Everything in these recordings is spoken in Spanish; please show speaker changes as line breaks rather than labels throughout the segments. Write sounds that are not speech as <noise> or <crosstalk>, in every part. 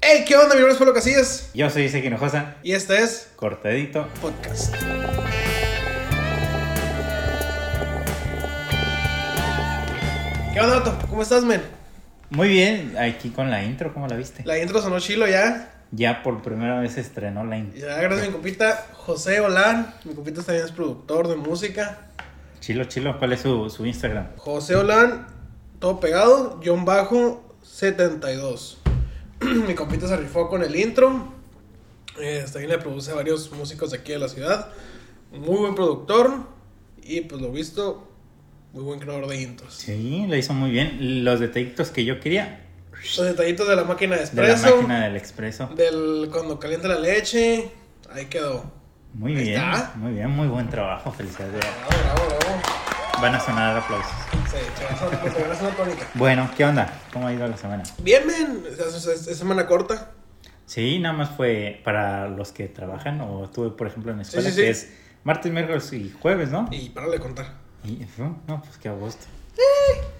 Hey, ¿qué onda? Mi nombre es Pablo Casillas
Yo soy Isaac Hinojosa,
y este es
cortadito.
Podcast. ¿Qué onda, Otto? ¿Cómo estás, men?
Muy bien, aquí con la intro, ¿cómo la viste?
La intro sonó chilo ya.
Ya por primera vez se estrenó la intro.
Ya, gracias a mi compita José Olan. Mi compita también es productor de música.
Chilo, chilo, ¿cuál es su, su Instagram?
José Olan, todo pegado, John Bajo 72. <clears throat> Mi compita se rifó con el intro. Eh, también le produce a varios músicos de aquí de la ciudad. Muy buen productor. Y pues lo visto, muy buen creador de intros.
Sí, la hizo muy bien. Los detallitos que yo quería
Los detallitos de la máquina de
de la
espresso.
máquina del expreso.
Del cuando calienta la leche. Ahí quedó.
Muy
Ahí
bien,
está.
muy bien, muy buen trabajo, felicidades.
Bravo, bravo, bravo.
Van a sonar aplausos.
Sí, chaval, pues, te ganas una tónica.
Bueno, ¿qué onda? ¿Cómo ha ido la semana?
Bien, men. Es, es- es- es semana corta.
Sí, nada más fue para los que trabajan o estuve, por ejemplo, en la
Sí,
escuela,
sí, sí.
que es martes, miércoles y jueves, ¿no?
Y para de contar.
Y, no, pues que a gusto.
Eh.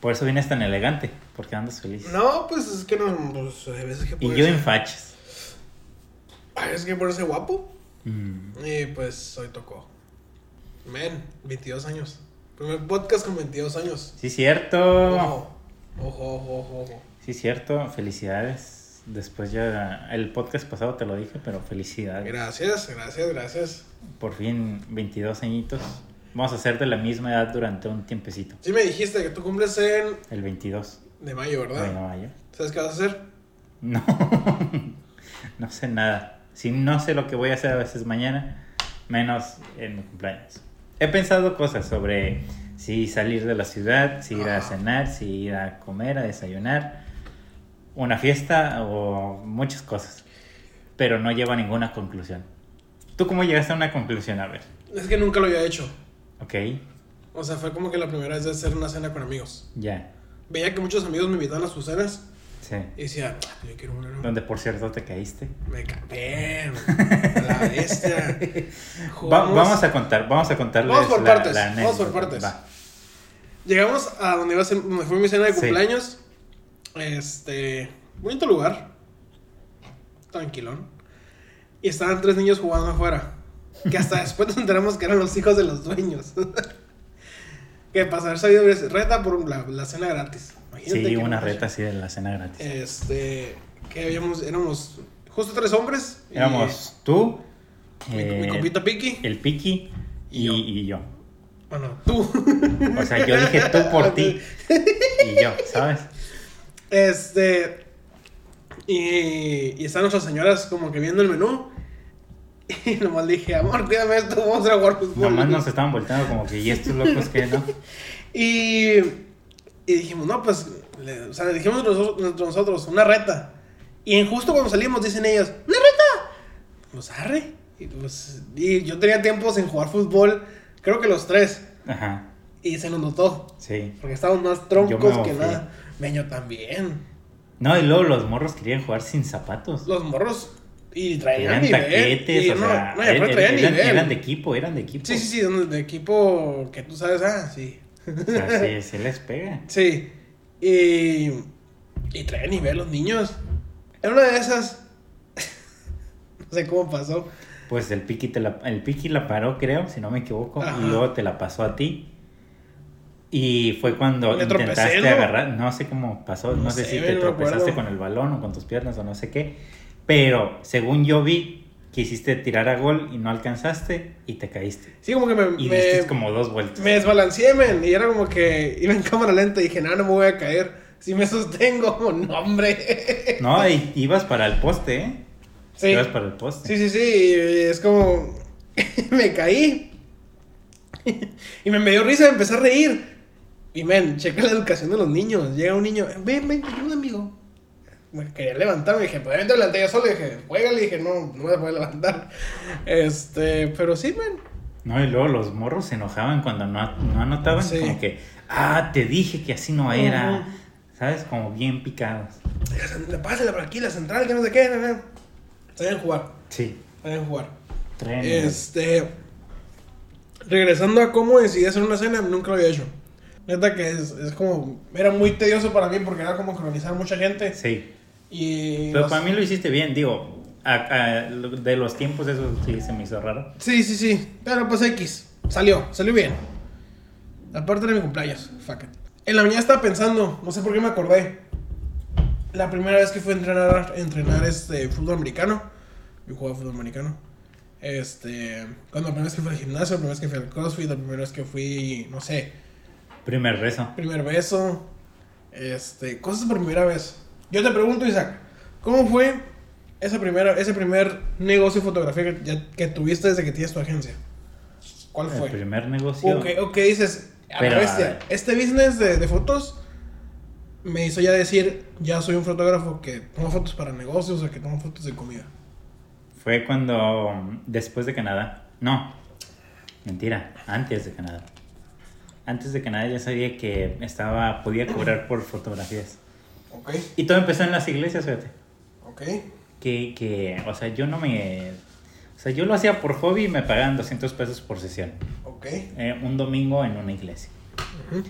Por eso vienes tan elegante, porque andas feliz.
No, pues es que no. Pues, hay veces que
y
ponerse-
yo en faches.
hay veces que ponerse guapo.
Mm,
Y pues hoy tocó. Men, 22 años. Primer podcast con 22 años.
Sí, cierto.
Ojo, ojo, ojo, ojo. ojo.
Sí, cierto. Felicidades. Después ya, el podcast pasado te lo dije, pero felicidades.
Gracias, gracias, gracias.
Por fin, 22 añitos. Vamos a ser de la misma edad durante un tiempecito.
Sí me dijiste que tú cumples en...
El 22.
De mayo, ¿verdad?
Ay, no, vaya.
¿Sabes qué vas a hacer?
No. <laughs> no sé nada. Si no sé lo que voy a hacer a veces mañana, menos en mi cumpleaños. He pensado cosas sobre si salir de la ciudad, si ir a
Ajá.
cenar, si ir a comer, a desayunar, una fiesta o muchas cosas. Pero no llevo a ninguna conclusión. ¿Tú cómo llegaste a una conclusión? A ver.
Es que nunca lo había hecho.
Ok,
O sea, fue como que la primera vez de hacer una cena con amigos.
ya.
Veía que muchos amigos me invitaban a sus cenas
Sí.
y decía, "Ah, yo quiero una. ¿no?".
Donde por cierto te caíste.
Me capé, a <laughs> la bestia.
Va-
Jugamos-
vamos a contar, vamos a contarles
Vamos por
la-
partes,
la
vamos por
anécdota.
partes.
Va.
Llegamos a donde, iba a ser- donde fue mi cena de
Sí.
cumpleaños. Este. Bonito lugar. Tranquilón. Y estaban tres niños jugando afuera. Que
<laughs>
hasta después nos enteramos que eran los hijos de los dueños. <laughs> que para haber sabido es reta por la, la cena gratis. Imagínate
Sí,
qué
una
maravilla.
reta así de la cena gratis.
Este. Que habíamos. Éramos justo tres hombres. y
Éramos tú,
eh, Mi,
eh,
mi compita Piki.
el Piki
Y
y,
yo.
y yo.
Bueno, tú. <laughs>
O sea, yo dije tú por ti y yo, ¿sabes?
Este. Y, y están nuestras señoras como que viendo el menú. Y <laughs> nomás le dije, amor, cuídame esto, vamos a jugar fútbol.
Nomás nos estaban volteando como que, ¿y estos locos
<laughs>
qué, no?
Y, y dijimos, no, pues, le- o sea, le dijimos nosotros, entre nosotros, una reta. Y en justo cuando salimos, dicen ellos, ¡una reta! Pues arre. Y, pues, y yo tenía tiempo sin jugar fútbol, creo que los tres.
Ajá,
Y se nos notó,
sí.
porque estábamos más troncos que
fui.
nada. Meño también.
No, y luego los morros querían jugar sin zapatos.
los morros y traían
Eran
nivel.
taquetes,
y
o
no,
sea,
no, y aparte
er-
traían
eran,
nivel.
eran de equipo, eran de equipo.
Sí, sí, sí, son de equipo que tú sabes, ah, sí.
O
<laughs>
sea, sí, sí les pega.
Sí. Y, y traían nivel los niños. En una de esas. <laughs> no sé cómo pasó.
Pues el Piki, te la, el Piki la paró, creo, si no me equivoco,
Ajá.
y luego te la pasó a ti. Y fue cuando
Me tropecé,
intentaste
¿no?
agarrar, no sé cómo pasó, no,
No
sé,
sé,
si
no
te
me
tropezaste
acuerdo.
con el balón o con tus piernas o no sé qué, pero según yo vi, quisiste tirar a gol y no alcanzaste y te caíste.
Sí, como que me.
Y
me,
diste como dos vueltas.
me desbalanceé, men. Y era como que iba en cámara lenta y dije, no, no me voy a caer. Si me sostengo, <laughs> no, hombre. <laughs>
No, y ibas para el poste, ¿eh?
sí.
Ibas para el poste.
Sí, sí, sí, y es como. <laughs> me caí. <laughs> y me, me dio risa, me empecé a reír. Y men, checa la educación de los niños. Llega un niño, ven, ven, que un amigo. Me quería levantar, me dije, pues vente levanté yo solo. Y dije, juega, le dije, no, no me voy a levantar. <laughs> Este, pero sí, men.
No, y luego los morros se enojaban cuando no, no anotaban,
Sí.
como que, ah, te dije que así no era.
Ujú.
¿Sabes? Como bien picados.
Pásenla por aquí, la central, que no sé qué, nada. Saben jugar,
Sí.
saben jugar.
Tren.
Este. Regresando a cómo decidí hacer una cena, nunca lo había hecho. Neta que es, es como. Era muy tedioso para mí porque era como colonizar mucha gente.
Sí.
Y
Pero
los-
para mí lo hiciste bien, digo. a- a- lo- de los tiempos, eso sí se me hizo raro.
Sí, sí, sí. Pero pues X. Salió, salió bien. Aparte de mi cumpleaños. Fuck it. En la mañana estaba pensando, no sé por qué me acordé. La primera vez que fui a entrenar, entrenar este fútbol americano. Yo jugaba fútbol americano. Este. Cuando la primera vez que fui al gimnasio, la primera vez que fui al CrossFit, la primera vez que fui, no sé,
Primer rezo.
primer beso. Este. Cosas por primera vez. Yo te pregunto, Isaac, ¿cómo fue esa primera, ese primer negocio de fotografía que, ya- que tuviste desde que tienes tu agencia? ¿Cuál
El
fue?
primer negocio.
¿O qué, o qué dices? A
pues, Pero,
la
a
bestia,
ver.
este business de, de fotos me hizo ya decir, ya soy un fotógrafo que toma fotos para negocios o que toma fotos de comida.
Fue cuando. mm, Después de Canadá. No. Mentira. Antes de Canadá. Antes de Canadá ya sabía que estaba. Podía cobrar por fotografías.
Ok,
Y todo empezó en las iglesias, fíjate.
ok.
Que, que. O sea, yo no me. O sea, yo lo hacía por hobby y me pagaban 200 pesos por sesión.
Ok.
eh, un domingo en una iglesia.
Ujú.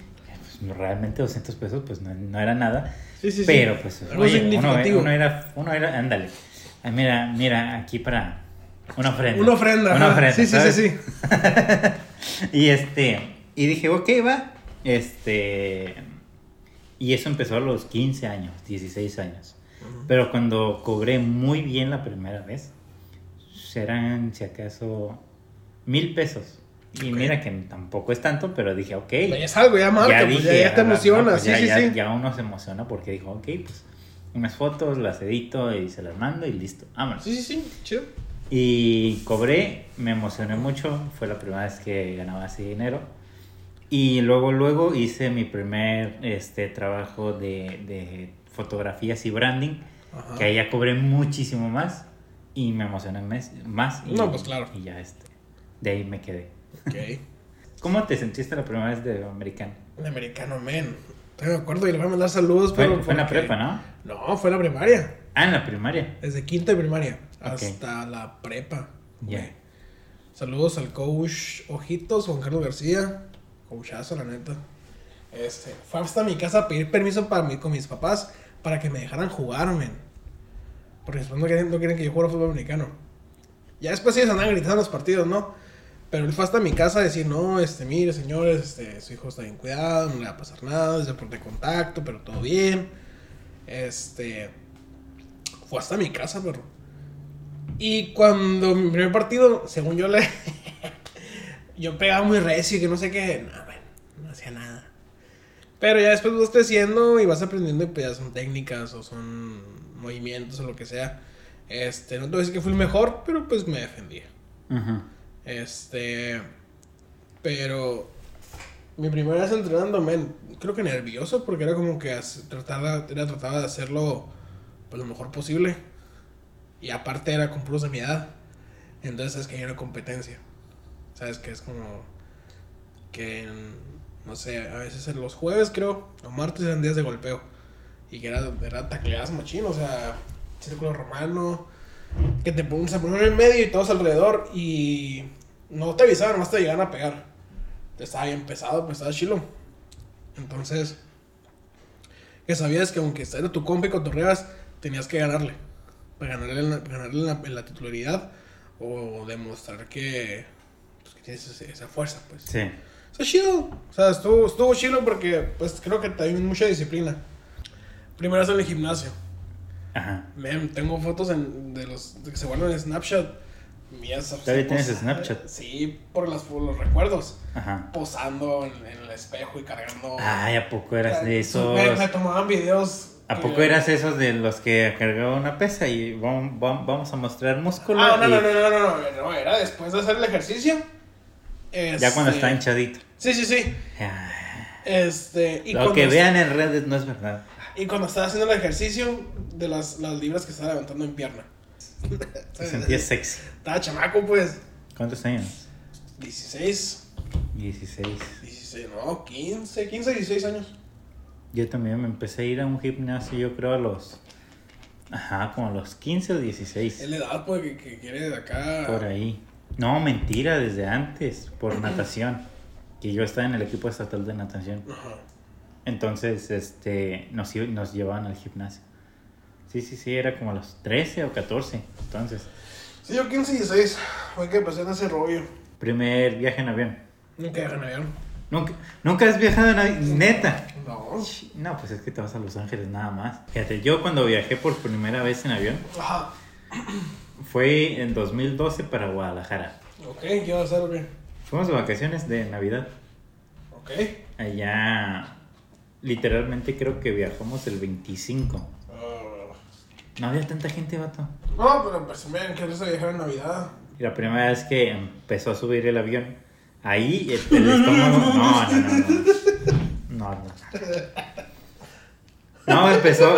Pues, realmente 200 pesos, pues no, no era nada.
Sí, sí, sí.
pero pues
Algo
oye, uno,
significativo.
uno era uno era ándale Ah, mira mira aquí para una ofrenda
Una ofrenda.
Una
ajá.
ofrenda,
sí, sí, sí,
¿sabes?
sí.
y este y dije ok, va este y eso empezó a los 15 años 16 años
Ujú.
pero cuando cobré muy bien la primera vez serán si acaso mil pesos y
Ok.
mira que tampoco es tanto pero dije ok
Ya es algo, ya marca, pues, ya, ya te
ah, no,
emocionas.
pues
sí,
ya,
sí,
ya-
sí.
ya uno se emociona porque dijo, ok, pues unas fotos, las edito y se las mando y listo, vámonos.
Sí, sí, sí, chido.
Y cobré, me emocioné mucho, fue la primera vez que ganaba así dinero. Y luego, luego hice mi primer este, trabajo de, de fotografías y branding,
Ajá.
que ahí ya cobré muchísimo más y me emocioné mes- más. Y,
No, pues, claro.
Y ya este, de ahí me quedé.
Ok.
¿Cómo te sentiste la primera vez de americano?
Un americano, men. Estoy de acuerdo y le voy a mandar saludos.
Fue,
pero
fue en la
porque-
prepa, ¿no?
No, fue en la primaria.
Ah, en la primaria.
Desde quinta de primaria
Ok.
hasta la prepa.
Ya.
güey. Saludos al coach Ojitos, Juan Carlos García. Coachazo, la neta. Este, fue hasta mi casa a pedir permiso para mí, con mis papás para que me dejaran jugar, men. Porque después no quieren, no quieren que yo juegue fútbol americano. Ya después ellos andaban gritando en los partidos, ¿no? Pero él fue hasta mi casa a decir, no, este, mire, señores, este, su hijo está bien cuidado, no le va a pasar nada, es deporte de contacto, pero todo bien. Este, fue hasta mi casa, pero... Y cuando mi primer partido, según yo le... <laughs> yo pegaba muy recio y que no sé qué, no, bueno, no hacía nada. Pero ya después vas creciendo y vas aprendiendo y pues ya son técnicas o son movimientos o lo que sea. Este, no te voy a decir que fui el mejor, pero pues me defendía.
Ujú.
Este. Pero. Mi primera vez entrenando, men, creo que nervioso porque era como que as- trataba, era, trataba de hacerlo pues, lo mejor posible. Y aparte era con puros de mi edad. Entonces es que era competencia. Sabes que es como que, en- no sé, a veces en los jueves creo, o martes eran días de golpeo. Y que era, era tacleadas machín, o sea, círculo romano, que te ponen, se ponen en el medio y todos alrededor y no te avisaban, nomás te llegaban a pegar. Estaba bien pesado, pues estaba chilo. Entonces, que sabías que aunque era tu compa y cotorreabas, tenías que ganarle. Para ganarle en la, para ganarle en la, en la titularidad o demostrar que, pues, que tienes ese- esa fuerza, pues.
Sí.
Está chido. O sea, estuvo, estuvo chido porque pues creo que también mucha disciplina. Primero es en el gimnasio.
Ajá.
Men, tengo fotos en- de los de que se guardan en Snapchat. Mías
¿Todavía tienes
posadas.
Snapchat?
Sí, por, las, por los recuerdos.
Ajá.
Posando en, en el espejo y cargando.
Ay, ¿a poco eras Ah, pues, de esos?
Me, me tomaban videos.
¿A
que-
poco eras esos de los que cargaba una pesa y vam- vam- vamos a mostrar músculo?
Ah, no,
y
no, no, no, no, no, no, Era después de hacer el ejercicio.
Ya cuando
Este,
está hinchadito.
Sí, sí, sí.
Ah,
Este. y
Lo
cuando
que
es-
vean en redes no es verdad.
Y cuando estaba haciendo el ejercicio, de las, las libras que estaba levantando en pierna.
Te sentías sexy.
Estaba chamaco, pues.
¿Cuántos años?
16,
16.
16, no, 15, 15, 16 años.
Yo también me empecé a ir a un gimnasio, yo creo a los. Ajá, como a los 15 o 16.
Es la edad, pues, que, que quiere de acá.
Por ahí. No, mentira, desde antes, por natación. Que yo estaba en el equipo estatal de natación.
Ajá.
Entonces, este, nos, i- nos llevaban al gimnasio. Sí, sí, sí, era como a los 13 o 14. Entonces,
Sí, yo 15 y 16. Fue que pasé en ese rollo.
primer viaje en avión.
Nunca viajé en avión.
Nunca, nunca has viajado en avión, neta.
No.
No, pues es que te vas a Los Ángeles nada más. Fíjate, yo cuando viajé por primera vez en avión
Ajá.
fue en 2012 para Guadalajara.
Ok, ¿qué va a hacer o qué?
Fuimos de vacaciones de Navidad.
Ok.
Allá, literalmente creo que viajamos el 25.
Ah.
No había tanta gente, vato.
no, pero pues ven, que se viajar en Navidad.
Y la primera vez que empezó a subir el avión, ahí el, el estómago. No, no, no. No, no. No, No, empezó.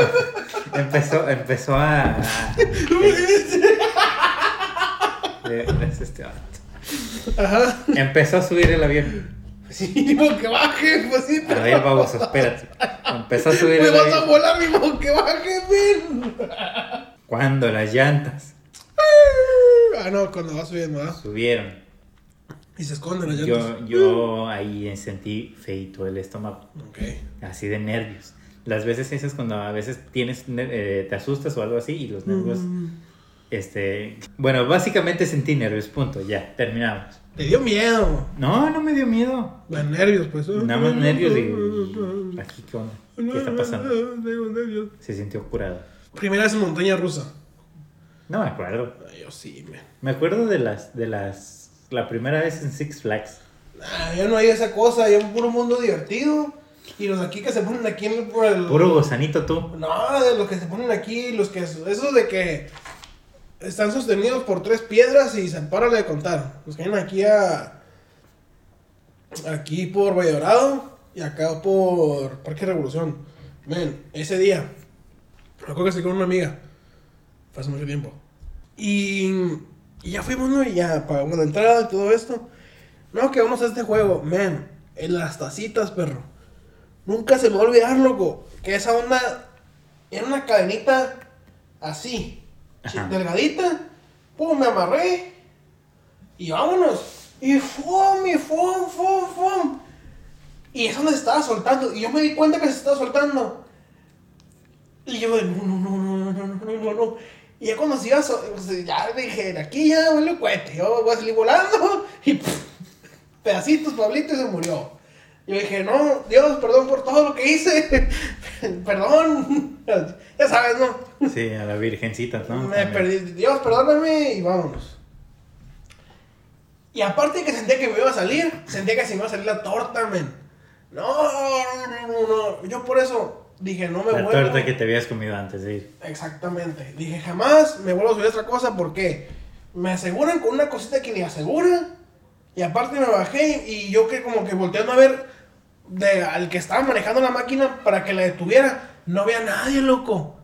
Empezó, empezó a. De- de- es este vato.
Ajá.
Empezó a subir el
<laughs>
avión.
Sí, mo que baje, pues sí,
A
pero.
ver, baboso, espérate. Empezó a subir
Me
el
vas a
avión.
volar, mi mo que baje, ven.
Cuando las llantas
Ah, no, cuando va subiendo, ¿verdad?
subieron,
Y se esconden las llantas.
yo, yo ahí sentí feito el estómago.
Ok.
así de nervios. Las veces esas cuando a veces tienes ner- eh, te asustas o algo así y los nervios
Mm.
este, bueno, básicamente sentí nervios, punto, ya, terminamos.
Te dio miedo.
No, no me dio miedo.
Los nervios, pues.
Nada más nervios y aquí qué onda? ¿Qué está pasando?
Tengo nervios.
Se sintió curado.
Primera vez en montaña rusa.
No me acuerdo.
Ay, yo sí, man.
Me acuerdo de las de las la primera vez en Six Flags.
Ah, yo no hay esa cosa, yo un puro mundo divertido. Y los aquí que se ponen aquí en- por el.
Puro gusanito tú.
No, de los que se ponen aquí, los que. Esos de que. Están sostenidos por tres piedras y se para de contar. Los que vienen aquí a. Aquí por Valle Dorado y acá por Parque Revolución. Ven, ese día. Me acuerdo que estoy con una amiga. Fue hace mucho tiempo. Y, y ya fuimos, ¿no? Y ya pagamos la entrada y todo esto. No, que vamos a este juego. Man, en las tacitas, perro. Nunca se me va a olvidar, loco. Que esa onda era una cadenita así, chi-
Ajá.
delgadita. Pum, me amarré. Y vámonos. Y fum, y fum, fum, fum. Y esa onda se estaba soltando. Y yo me di cuenta que se estaba soltando. Y yo, no, no, no, no, no, no, no, no, no. Y ya cuando se iba, so- pues, ya dije, aquí ya vale cuete, yo voy a salir volando. <laughs> Y pff, pedacitos, Pablito, y se murió. Yo dije, no, Dios, perdón por todo lo que hice. <laughs> perdón. <laughs> ya sabes, ¿no?
Sí, a la virgencita, ¿no?
Me
También.
perdí. Dios, perdóname y vámonos. Y aparte de que sentía que me iba a salir, sentía que se me iba a salir la torta, men. No, no, no, no. Yo por eso dije, no me
La
vuelvo.
torta que te habías comido antes de ir.
Exactamente. Dije, jamás me vuelvo a subir a otra cosa porque me aseguran con una cosita que ni asegura. Y aparte me bajé y y yo que como que volteando a ver de, al que estaba manejando la máquina para que la detuviera, no había nadie, loco.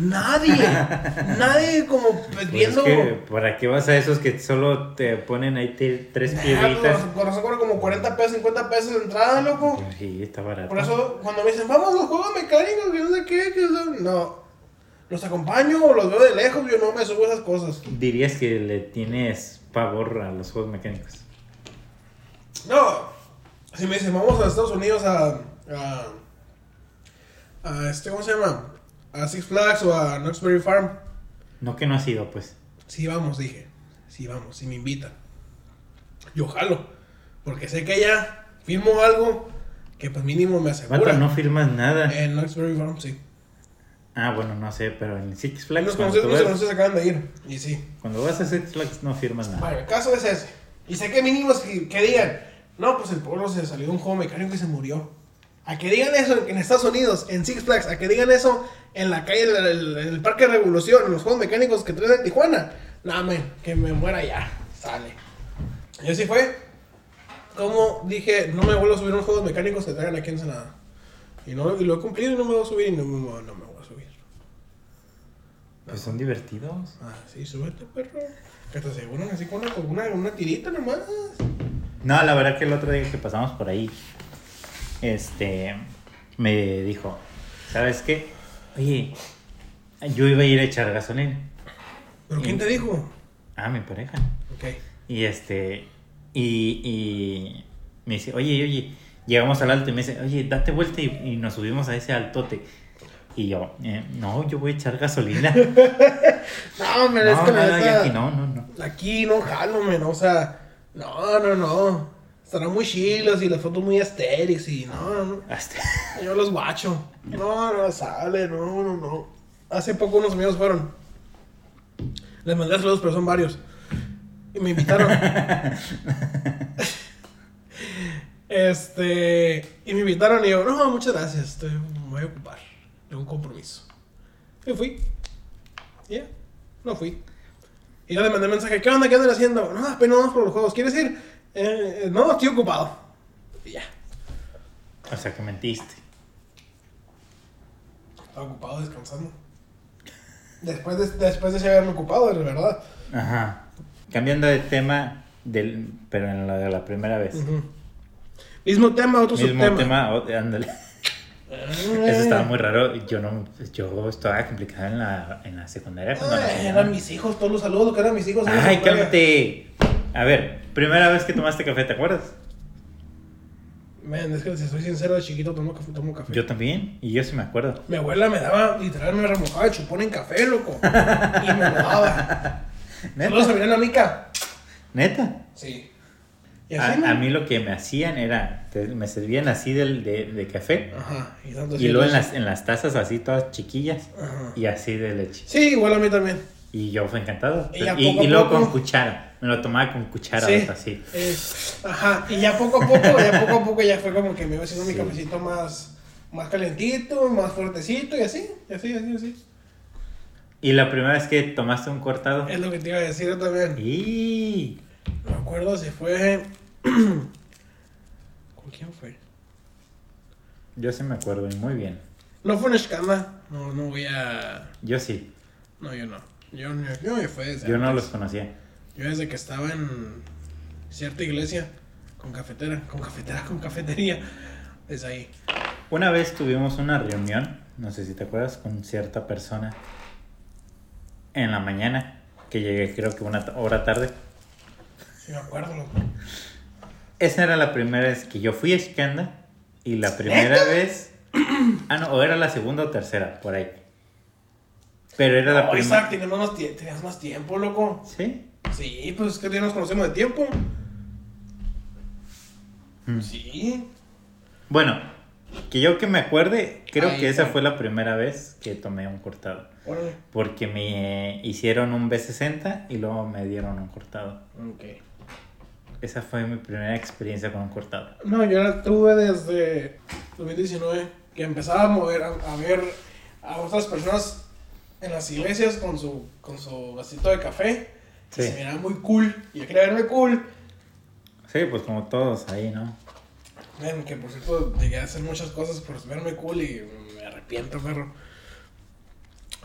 Nadie.
<laughs>
nadie como pues,
Pues
viendo...
es que, ¿para qué vas a esos que solo te ponen ahí te- tres piedritas?
Ah, pues, Con razón cobra como 40 pesos, 50 pesos de entrada, loco.
Sí, está barato.
Por eso, cuando me dicen, vamos a los juegos mecánicos, que no sé qué, que son-". no. Los acompaño o los veo de lejos, yo no me subo a esas cosas.
Dirías que le tienes pavor a los juegos mecánicos.
No, si me dicen, vamos a Estados Unidos a. a, a este, ¿cómo se llama? A Six Flags o a Knoxbury Farm.
No que no has ido, pues.
Sí, vamos, dije. Sí, vamos, si me invitan. Yo jalo, porque sé que ya firmo algo que, pues, mínimo me asegura.
Vato, no firmas nada.
En Knoxbury Farm, sí.
Ah, bueno, no sé, pero en Six Flags,
Los
cuando,
conocidos
tú
los
vas,
conocidos acaban de ir, y sí.
cuando vas a Six Flags no firmas nada.
Bueno, el caso es ese. Y sé que mínimo es que, que digan, no, pues el pueblo se salió de un juego mecánico y se murió. A que digan eso en, en Estados Unidos, en Six Flags, a que digan eso en la calle, del- del- en el Parque Revolución, en los juegos mecánicos que traen en Tijuana. Nah, men, que me muera ya. Sale. Y así fue. Como dije, no me vuelvo a subir a unos juegos mecánicos que traigan aquí en Senada. Y, no, y lo he cumplido y no me voy a subir y no me, voy- no me voy a subir.
Pues son divertidos.
Ah, sí, súbete, perro. Que te aseguran así con una, con una, una tirita nomás.
No, la verdad que el otro día que pasamos por ahí, este, me dijo, ¿sabes qué? Oye, yo iba a ir a echar gasolina.
¿Pero
Mm.
quién te dijo?
Ah, mi pareja.
Ok.
Y este. Y, y me dice, oye, oye, llegamos al alto y me dice, oye, date vuelta y, y nos subimos a ese altote. Y yo, eh, no, yo voy a echar
<laughs>
gasolina.
No,
no,
men, es
no,
que la
no, yo
neta,
aquí no, no, no.
Aquí no jalo, men, o sea, no, no, no. Estarán muy chilos y las fotos muy asterix y no, no.
Hasta- <laughs>
Yo los guacho. No, no sale, no, no, no. Hace poco unos amigos fueron. Les mandé saludos, pero son varios. Y me <laughs> invitaron. este. Y me invitaron y yo, no, muchas gracias, estoy, me voy a ocupar de un compromiso. Y fui. Ya, no fui. Y yo le mandé mensaje, ¿qué onda? ¿Qué andan haciendo? No, apenas vamos por los juegos, ¿quieres ir? "Eh, eh, no, estoy ocupado. Y ya.
O sea que mentiste.
Estaba ocupado descansando. Después de, después de haberme ocupado, de verdad.
Ajá. Cambiando de tema, del, pero en la de la primera vez.
Mismo Pues, tema, otro
Mismo
subtema. Eh,
tema,
<laughs>
o- ándale. Eso estaba muy raro. Yo no, yo estaba complicado en la, en la secundaria. cuando la
Ay,
tenía.
eh, eran mis hijos, todos los saludos que eran mis hijos.
Ay,
Secundaria.
cálmate. A ver, primera vez que tomaste café, ¿te acuerdas?
Man, es que si soy sincero, de chiquito tomo café. Tomo café.
Yo también, y yo sí me acuerdo.
Mi abuela me daba, literal, me remojaba chupón en café,
<laughs>
loco. y me lo daba. Saludos a
Neta.
Milena Mica.
¿Neta?
Sí. Y
A,
así,
a
man.
mí lo que me hacían era, te- me servían así del, de, de café
Ajá. Y, tanto
y
así,
luego en
entonces-
las, en las tazas así todas chiquillas
Ajá.
y así de leche.
Sí, igual a mí también.
Y yo fui encantado.
Y a
Y,
poco a
y luego
poco-
con cuchara, me lo tomaba con cuchara
Sí.
así.
Eh, ajá, y ya poco a poco, ya poco a poco ya fue como que me iba haciendo mi
Sí.
cafecito más, más calentito, más fuertecito y así, y así, y así, y así.
Y la primera vez que tomaste un cortado.
Es lo que te iba a decir yo también.
Y...
No me acuerdo si fue... <clears throat> ¿Con quién fue?
Yo sí me acuerdo, y muy bien.
No fue un escama. No, no voy a...
Yo sí,
No, yo no. Yo, no yo me fue desde
yo no
antes.
los conocía.
Yo desde que estaba en cierta iglesia, con cafetera, con cafetera, con cafetería, desde ahí.
Una vez tuvimos una reunión, no sé si te acuerdas, con cierta persona en la mañana, que llegué creo que una t- hora tarde.
Sí me acuerdo, loco.
Esa era la primera vez que yo fui a Escanda y la primera vez... Ah, no, o era la segunda o tercera, por ahí. Pero era la
No, Isaac,
primera...
teníamos más tie- tenías más tiempo, loco.
Sí,
Sí, pues es que ya nos conocemos de tiempo.
Mm.
Sí.
Bueno, que yo que me acuerde, creo
Ahí
que esa
fue.
fue la primera vez que tomé un cortado.
Órale.
Porque me hicieron un B60 y luego me dieron un cortado.
Ok.
Esa fue mi primera experiencia con un cortado.
No, yo la tuve desde 2019, que empezaba a mover, a, a ver a otras personas en las iglesias con su, con su vasito de café.
Sí.
Y se miraba muy cool. Y yo quería verme cool.
Sí, pues como todos ahí, ¿no?
Ven, que por cierto llegué a hacer muchas cosas por verme cool y me arrepiento, perro.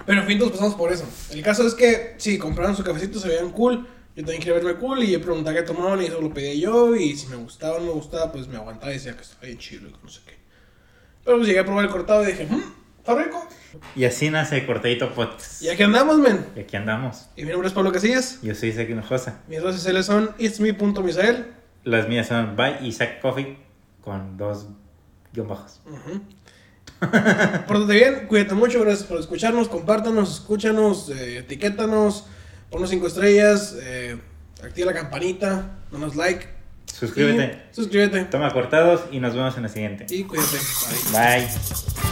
Pero en fin, todos pasamos por eso. El caso es que, sí, compraron su cafecito, se veían cool. Yo también quería verme cool y yo preguntaba qué tomaban y eso lo pedí yo. Y si me gustaba o no me gustaba, pues me aguantaba y decía que estaba bien chido y que no sé qué. Pero pues llegué a probar el cortado y dije, mmm, está rico.
Y así nace el cortadito podcast.
Y aquí andamos, men.
Y aquí andamos.
Y mi nombre es Pablo Casillas.
Yo soy Isaac Hinojosa.
Mis redes sociales son itsme.misael.
Las mías son by Isaac Coffee con dos guión bajos.
<laughs> Pórtate bien, cuídate mucho, gracias por escucharnos, compártanos, escúchanos, eh, etiquétanos, ponnos 5 estrellas, eh, activa la campanita, danos like.
Suscríbete.
Y suscríbete.
Toma cortados y nos vemos en la siguiente.
Y cuídate. Bye.
Bye.